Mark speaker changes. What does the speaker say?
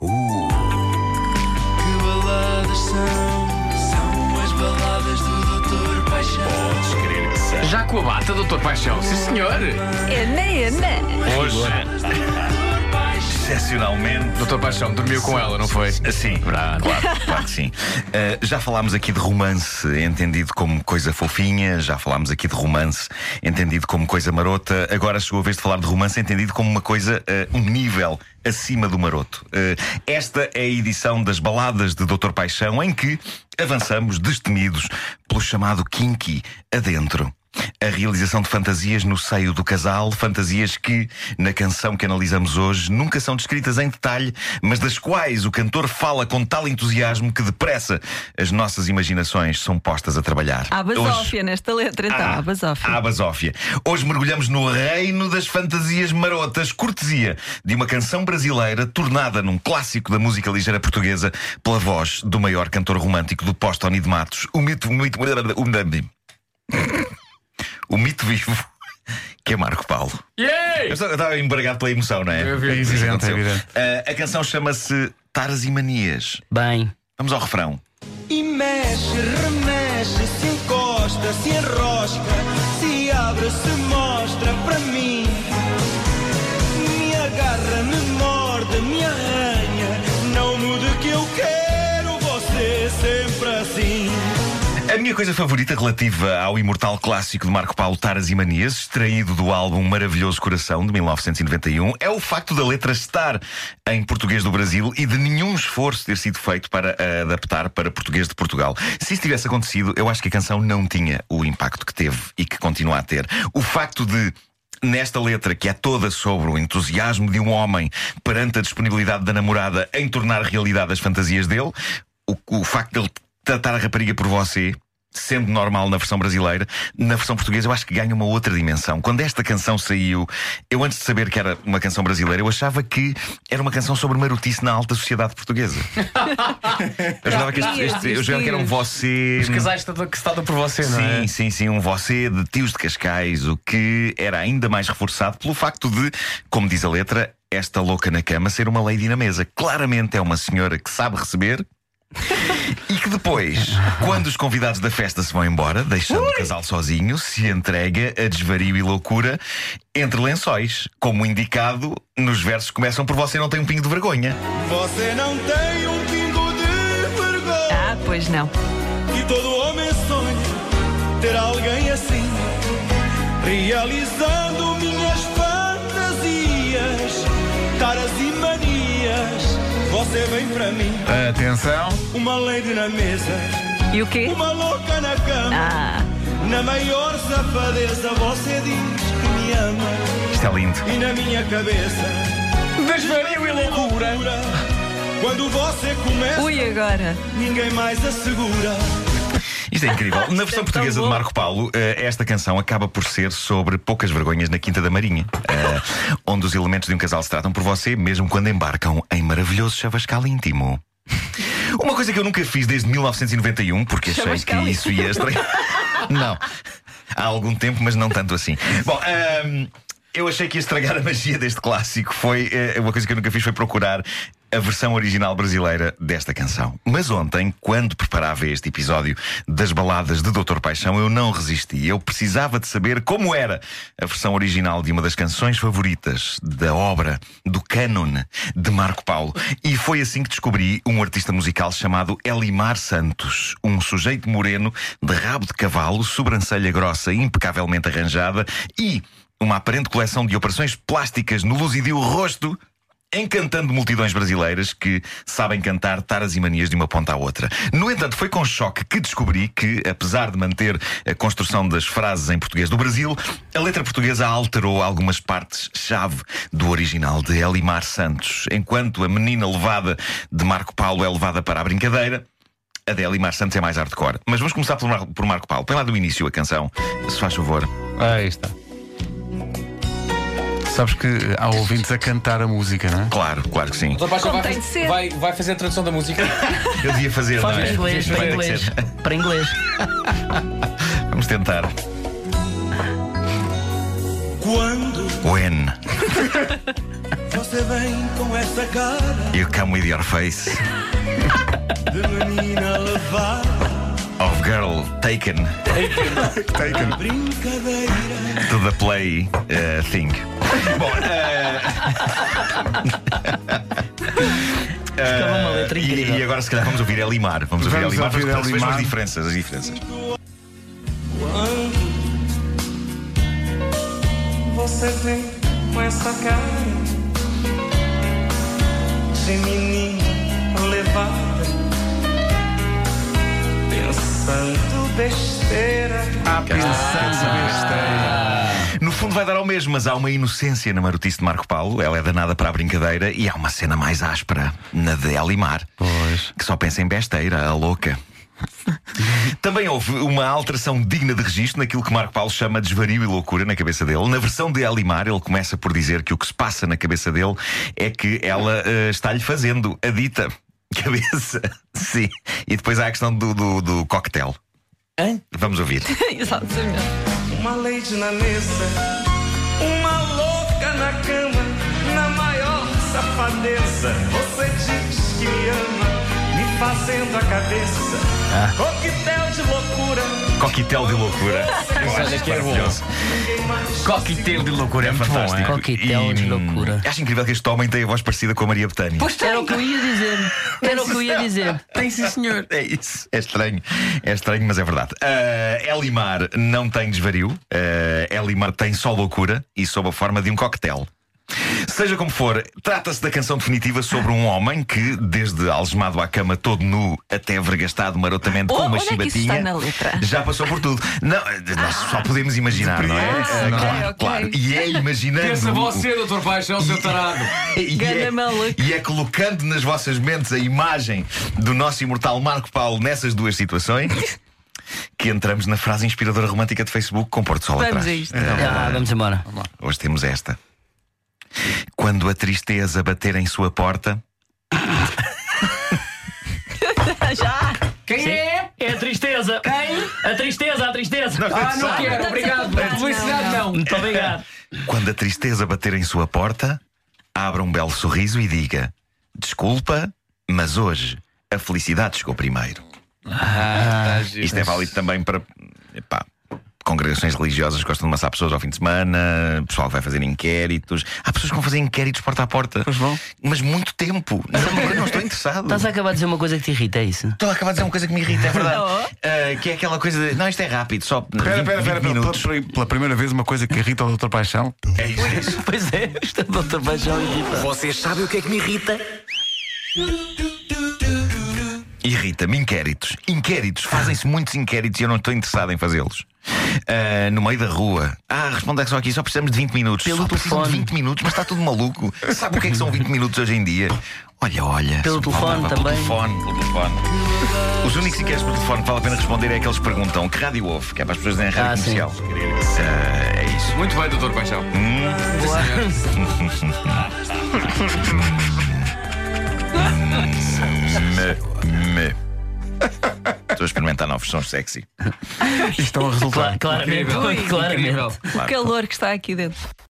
Speaker 1: Uh.
Speaker 2: com a bata, doutor Paixão. Sim, senhor.
Speaker 3: É, Ana, Ana.
Speaker 2: Hoje,
Speaker 1: Excepcionalmente.
Speaker 2: doutor Paixão dormiu com ela, não foi?
Speaker 1: Sim, claro, claro que sim. Eh, já falámos aqui de romance entendido como coisa fofinha, já falámos aqui de romance entendido como coisa marota, agora chegou a vez de falar de romance entendido como uma coisa, eh, um nível acima do maroto. Eh, esta é a edição das Baladas de Doutor Paixão em que avançamos destemidos pelo chamado Kinky adentro. A realização de fantasias no seio do casal, fantasias que, na canção que analisamos hoje, nunca são descritas em detalhe, mas das quais o cantor fala com tal entusiasmo que depressa as nossas imaginações são postas a trabalhar.
Speaker 3: Há
Speaker 1: Hoje-
Speaker 3: basófia nesta letra, então. Há basófia.
Speaker 1: há basófia. Hoje mergulhamos no reino das fantasias marotas, cortesia de uma canção brasileira tornada num clássico da música ligeira portuguesa pela voz do maior cantor romântico do pós-Tony de Matos, o mito, muito, o mito vivo, que é Marco Paulo. Eu
Speaker 2: Yay!
Speaker 1: estava- eu estava embargado pela emoção, não é?
Speaker 2: Eu vi,
Speaker 1: É isso que
Speaker 2: evidente,
Speaker 1: aconteceu.
Speaker 2: evidente.
Speaker 1: Ah, a canção chama-se Taras e Manias.
Speaker 4: Bem,
Speaker 1: Vamos ao refrão.
Speaker 5: E mexe, remexe, se encosta, se enrosca, se abre, se mostra para mim. Me agarra, me morde, me arranha. Não mude que eu quero você sempre assim.
Speaker 1: A minha coisa favorita relativa ao imortal clássico de Marco Paulo Taras e Manias, extraído do álbum Maravilhoso Coração de 1991, é o facto da letra estar em português do Brasil e de nenhum esforço ter sido feito para a adaptar para português de Portugal. Se isso tivesse acontecido, eu acho que a canção não tinha o impacto que teve e que continua a ter. O facto de Nesta letra, que é toda sobre o entusiasmo de um homem perante a disponibilidade da namorada em tornar realidade as fantasias dele, o, o facto de ele tratar a rapariga por você, sendo normal na versão brasileira, na versão portuguesa eu acho que ganha uma outra dimensão. Quando esta canção saiu, eu antes de saber que era uma canção brasileira, eu achava que era uma canção sobre marotice na alta sociedade portuguesa. eu jurava que, este, este- eu jurava que era um você.
Speaker 2: Os casais que se dado por você, não é?
Speaker 1: Sim, sim, sim, um você de tios de Cascais, o que era ainda mais reforçado pelo facto de, como diz a letra, esta louca na cama ser uma lady na mesa. Claramente é uma senhora que sabe receber. E que depois, quando os convidados da festa se vão embora, deixando o casal sozinho, se entrega a desvario e loucura entre lençóis. Como indicado, nos versos que começam por você não tem um pingo de vergonha.
Speaker 5: Você não tem um pingo de vergonha.
Speaker 3: Ah, pois não.
Speaker 5: E todo homem sonha ter alguém assim, realizando minhas fantasias, taras e manias. Você vem pra mim,
Speaker 2: Atenção.
Speaker 5: uma lady na mesa,
Speaker 3: E o quê?
Speaker 5: uma louca na cama,
Speaker 3: Ah,
Speaker 5: na maior safadeza. Você diz que me ama,
Speaker 1: Isto é lindo.
Speaker 5: e na minha cabeça,
Speaker 2: Desvario e loucura.
Speaker 5: loucura. Quando você começa,
Speaker 3: ui, agora.
Speaker 5: ninguém mais assegura.
Speaker 1: Isto é incrível. Na
Speaker 3: Isto é
Speaker 1: versão
Speaker 3: tão
Speaker 1: portuguesa de
Speaker 3: bom.
Speaker 1: Marco Paulo, eh, esta canção acaba por ser sobre poucas vergonhas na Quinta da Marinha, eh, onde os elementos de um casal se tratam por você, mesmo quando embarcam em maravilhoso chavascal íntimo. Uma coisa que eu nunca fiz desde 1991, porque achei
Speaker 3: Chavascal
Speaker 1: que isso ia estragar. não. Há algum tempo, mas não tanto assim. Bom, ahm, eu achei que ia estragar a magia deste clássico. Foi eh, uma coisa que eu nunca fiz foi procurar a versão original brasileira desta canção. Mas ontem, quando preparava este episódio das baladas de Doutor Paixão, eu não resisti. Eu precisava de saber como era a versão original de uma das canções favoritas da obra do cânone de Marco Paulo. E foi assim que descobri um artista musical chamado Elimar Santos, um sujeito moreno de rabo de cavalo, sobrancelha grossa impecavelmente arranjada e uma aparente coleção de operações plásticas no luzidio rosto encantando multidões brasileiras que sabem cantar taras e manias de uma ponta à outra. No entanto, foi com choque que descobri que, apesar de manter a construção das frases em português do Brasil, a letra portuguesa alterou algumas partes-chave do original de Elimar Santos. Enquanto a menina levada de Marco Paulo é levada para a brincadeira, a de Elimar Santos é mais hardcore. Mas vamos começar por, Mar- por Marco Paulo. Põe lá do início a canção, se faz favor.
Speaker 6: Aí está. Sabes que há ouvintes a cantar a música, não é?
Speaker 1: Claro, claro que sim.
Speaker 2: Doutor Paixão
Speaker 3: Como
Speaker 2: vai,
Speaker 3: tem de
Speaker 2: fazer-
Speaker 3: ser.
Speaker 2: vai, vai fazer a tradução da música.
Speaker 1: Eu devia fazer, não
Speaker 4: faz para
Speaker 1: é?
Speaker 4: inglês,
Speaker 1: Vai
Speaker 4: para
Speaker 1: ter que
Speaker 4: inglês.
Speaker 1: ser.
Speaker 4: Para inglês.
Speaker 1: Vamos tentar.
Speaker 5: Quando
Speaker 1: When
Speaker 5: você vem com essa cara.
Speaker 1: You come with your face.
Speaker 5: De menina levada
Speaker 1: of Girl Taken
Speaker 6: Taken.
Speaker 1: to the Play eh, Thing. Bom, eh,
Speaker 3: Ficava uma letra
Speaker 1: e, e
Speaker 3: incrível.
Speaker 1: agora se calhar vamos ouvir El Limar. Vamos ouvir El Limar,
Speaker 6: Vamos ouvir
Speaker 1: vejam
Speaker 6: El
Speaker 1: vejam as
Speaker 6: Limar.
Speaker 1: diferenças, as diferenças.
Speaker 5: Você vem com essa cara de menina levada, pensando besteira.
Speaker 1: No fundo vai dar ao mesmo, mas há uma inocência na marotice de Marco Paulo, ela é danada para a brincadeira e há uma cena mais áspera, na de Elimar,
Speaker 6: Pois.
Speaker 1: que só pensa em besteira, a louca. Também houve uma alteração digna de registro naquilo que Marco Paulo chama de desvario e loucura na cabeça dele. Na versão de Elimar, ele começa por dizer que o que se passa na cabeça dele é que ela eh, está-lhe fazendo a dita cabeça. Sim. E depois há a questão do, do, do coquetel. Vamos ouvir.
Speaker 3: Exatamente.
Speaker 5: Uma leite na mesa, uma louca na cama, na maior safadeza. Você diz que me ama, me fazendo a cabeça. Coquetel de loucura,
Speaker 1: Coquetel de loucura. Eu acho
Speaker 2: Olha que é bom.
Speaker 1: maravilhoso.
Speaker 5: ninguém mais.
Speaker 2: Coquetel de loucura, é muito bom,
Speaker 1: Fantástico.
Speaker 2: é?
Speaker 4: Coquetel de
Speaker 1: E, hum,
Speaker 4: loucura.
Speaker 1: Acho incrível que este homem tenha voz parecida com a Maria Betânia.
Speaker 4: Era o que eu ia dizer. Era o que eu ia dizer.
Speaker 1: Tem sim, senhor. É isso. É estranho. É estranho, mas é verdade. Ah, Elimar não tem desvario. Ah, Elimar tem só loucura e sob a forma de um coquetel. Seja como for, trata-se da canção definitiva sobre um homem que, desde algemado à cama todo nu até vergastado marotamente
Speaker 3: Oh,
Speaker 1: com uma
Speaker 3: onde é que isso está
Speaker 1: chibatinha,
Speaker 3: na letra?
Speaker 1: já passou por tudo. Não, nós só podemos imaginar, não é?
Speaker 3: Ah,
Speaker 1: Ah,
Speaker 3: ok,
Speaker 1: claro,
Speaker 3: ok.
Speaker 1: claro. E é imaginando.
Speaker 2: Pensa
Speaker 1: o-
Speaker 2: você, doutor Paixão, seu tarado.
Speaker 1: e,
Speaker 3: Ganda
Speaker 1: é,
Speaker 3: maluco.
Speaker 1: e é colocando nas vossas mentes a imagem do nosso imortal Marco Paulo nessas duas situações que entramos na frase inspiradora romântica de Facebook com Porto Sol
Speaker 3: Vamos
Speaker 1: atrás. É
Speaker 3: a isto.
Speaker 4: Ah, vamos embora.
Speaker 1: Hoje temos esta. Quando a tristeza bater em sua porta,
Speaker 3: Já.
Speaker 4: É a tristeza. Quem? A tristeza, a tristeza.
Speaker 2: Ah, não quero, obrigado. Publicidade não.
Speaker 4: Muito obrigado.
Speaker 1: quando a tristeza bater em sua porta, abra um belo sorriso e diga: Desculpa, mas hoje a felicidade chegou primeiro.
Speaker 6: Ah,
Speaker 1: Isto é válido também para epá, congregações religiosas que gostam de massar pessoas ao fim de semana, pessoal que vai fazer inquéritos. Há pessoas que vão fazer inquéritos porta a porta. Pois
Speaker 6: vão.
Speaker 1: Mas muito tempo. Não, eu não estou interessado.
Speaker 4: Estás a acabar de dizer uma coisa que te irrita, é isso?
Speaker 1: Estou a acabar de dizer uma coisa que me irrita, é verdade.
Speaker 3: Oh.
Speaker 1: Ah, que é aquela coisa de. Não, isto é rápido, só.
Speaker 6: Espera,
Speaker 1: 20, 20
Speaker 6: espera, espera. Pela,
Speaker 1: minutos.
Speaker 6: pela- pela primeira vez, uma coisa que irrita o Dr. Paixão.
Speaker 1: É isso, é isso.
Speaker 4: Pois é, isto é doutor Paixão irrita.
Speaker 7: Vocês sabem o que é que me irrita?
Speaker 1: Irrita-me inquéritos. Inquéritos. Fazem-se muitos inquéritos e eu não estou interessado em fazê-los. Ah, no meio da rua. Ah, responda só aqui, só precisamos de 20 minutos.
Speaker 4: Pelo
Speaker 1: só precisam de
Speaker 4: telefone.
Speaker 1: 20 minutos, mas está tudo maluco. Sabe o que é que são 20 minutos hoje em dia? Olha, olha.
Speaker 4: Pelo
Speaker 1: se
Speaker 4: telefone
Speaker 1: falava
Speaker 4: também.
Speaker 1: Pelo telefone, pelo telefone. Os únicos inquéritos pelo telefone que vale a pena responder é aqueles que perguntam que rádio ouve, que é para as pessoas dizerem rádio
Speaker 4: Ah, sim.
Speaker 1: comercial. Ah, é isso.
Speaker 2: Muito bem, doutor Paixão.
Speaker 1: Me. Estou a experimentar novos sons sexy.
Speaker 6: Isto é um
Speaker 4: Cla-
Speaker 6: resultado.
Speaker 4: Claramente,
Speaker 2: Incrível.
Speaker 4: claramente.
Speaker 2: Incrível.
Speaker 3: O calor que está aqui dentro.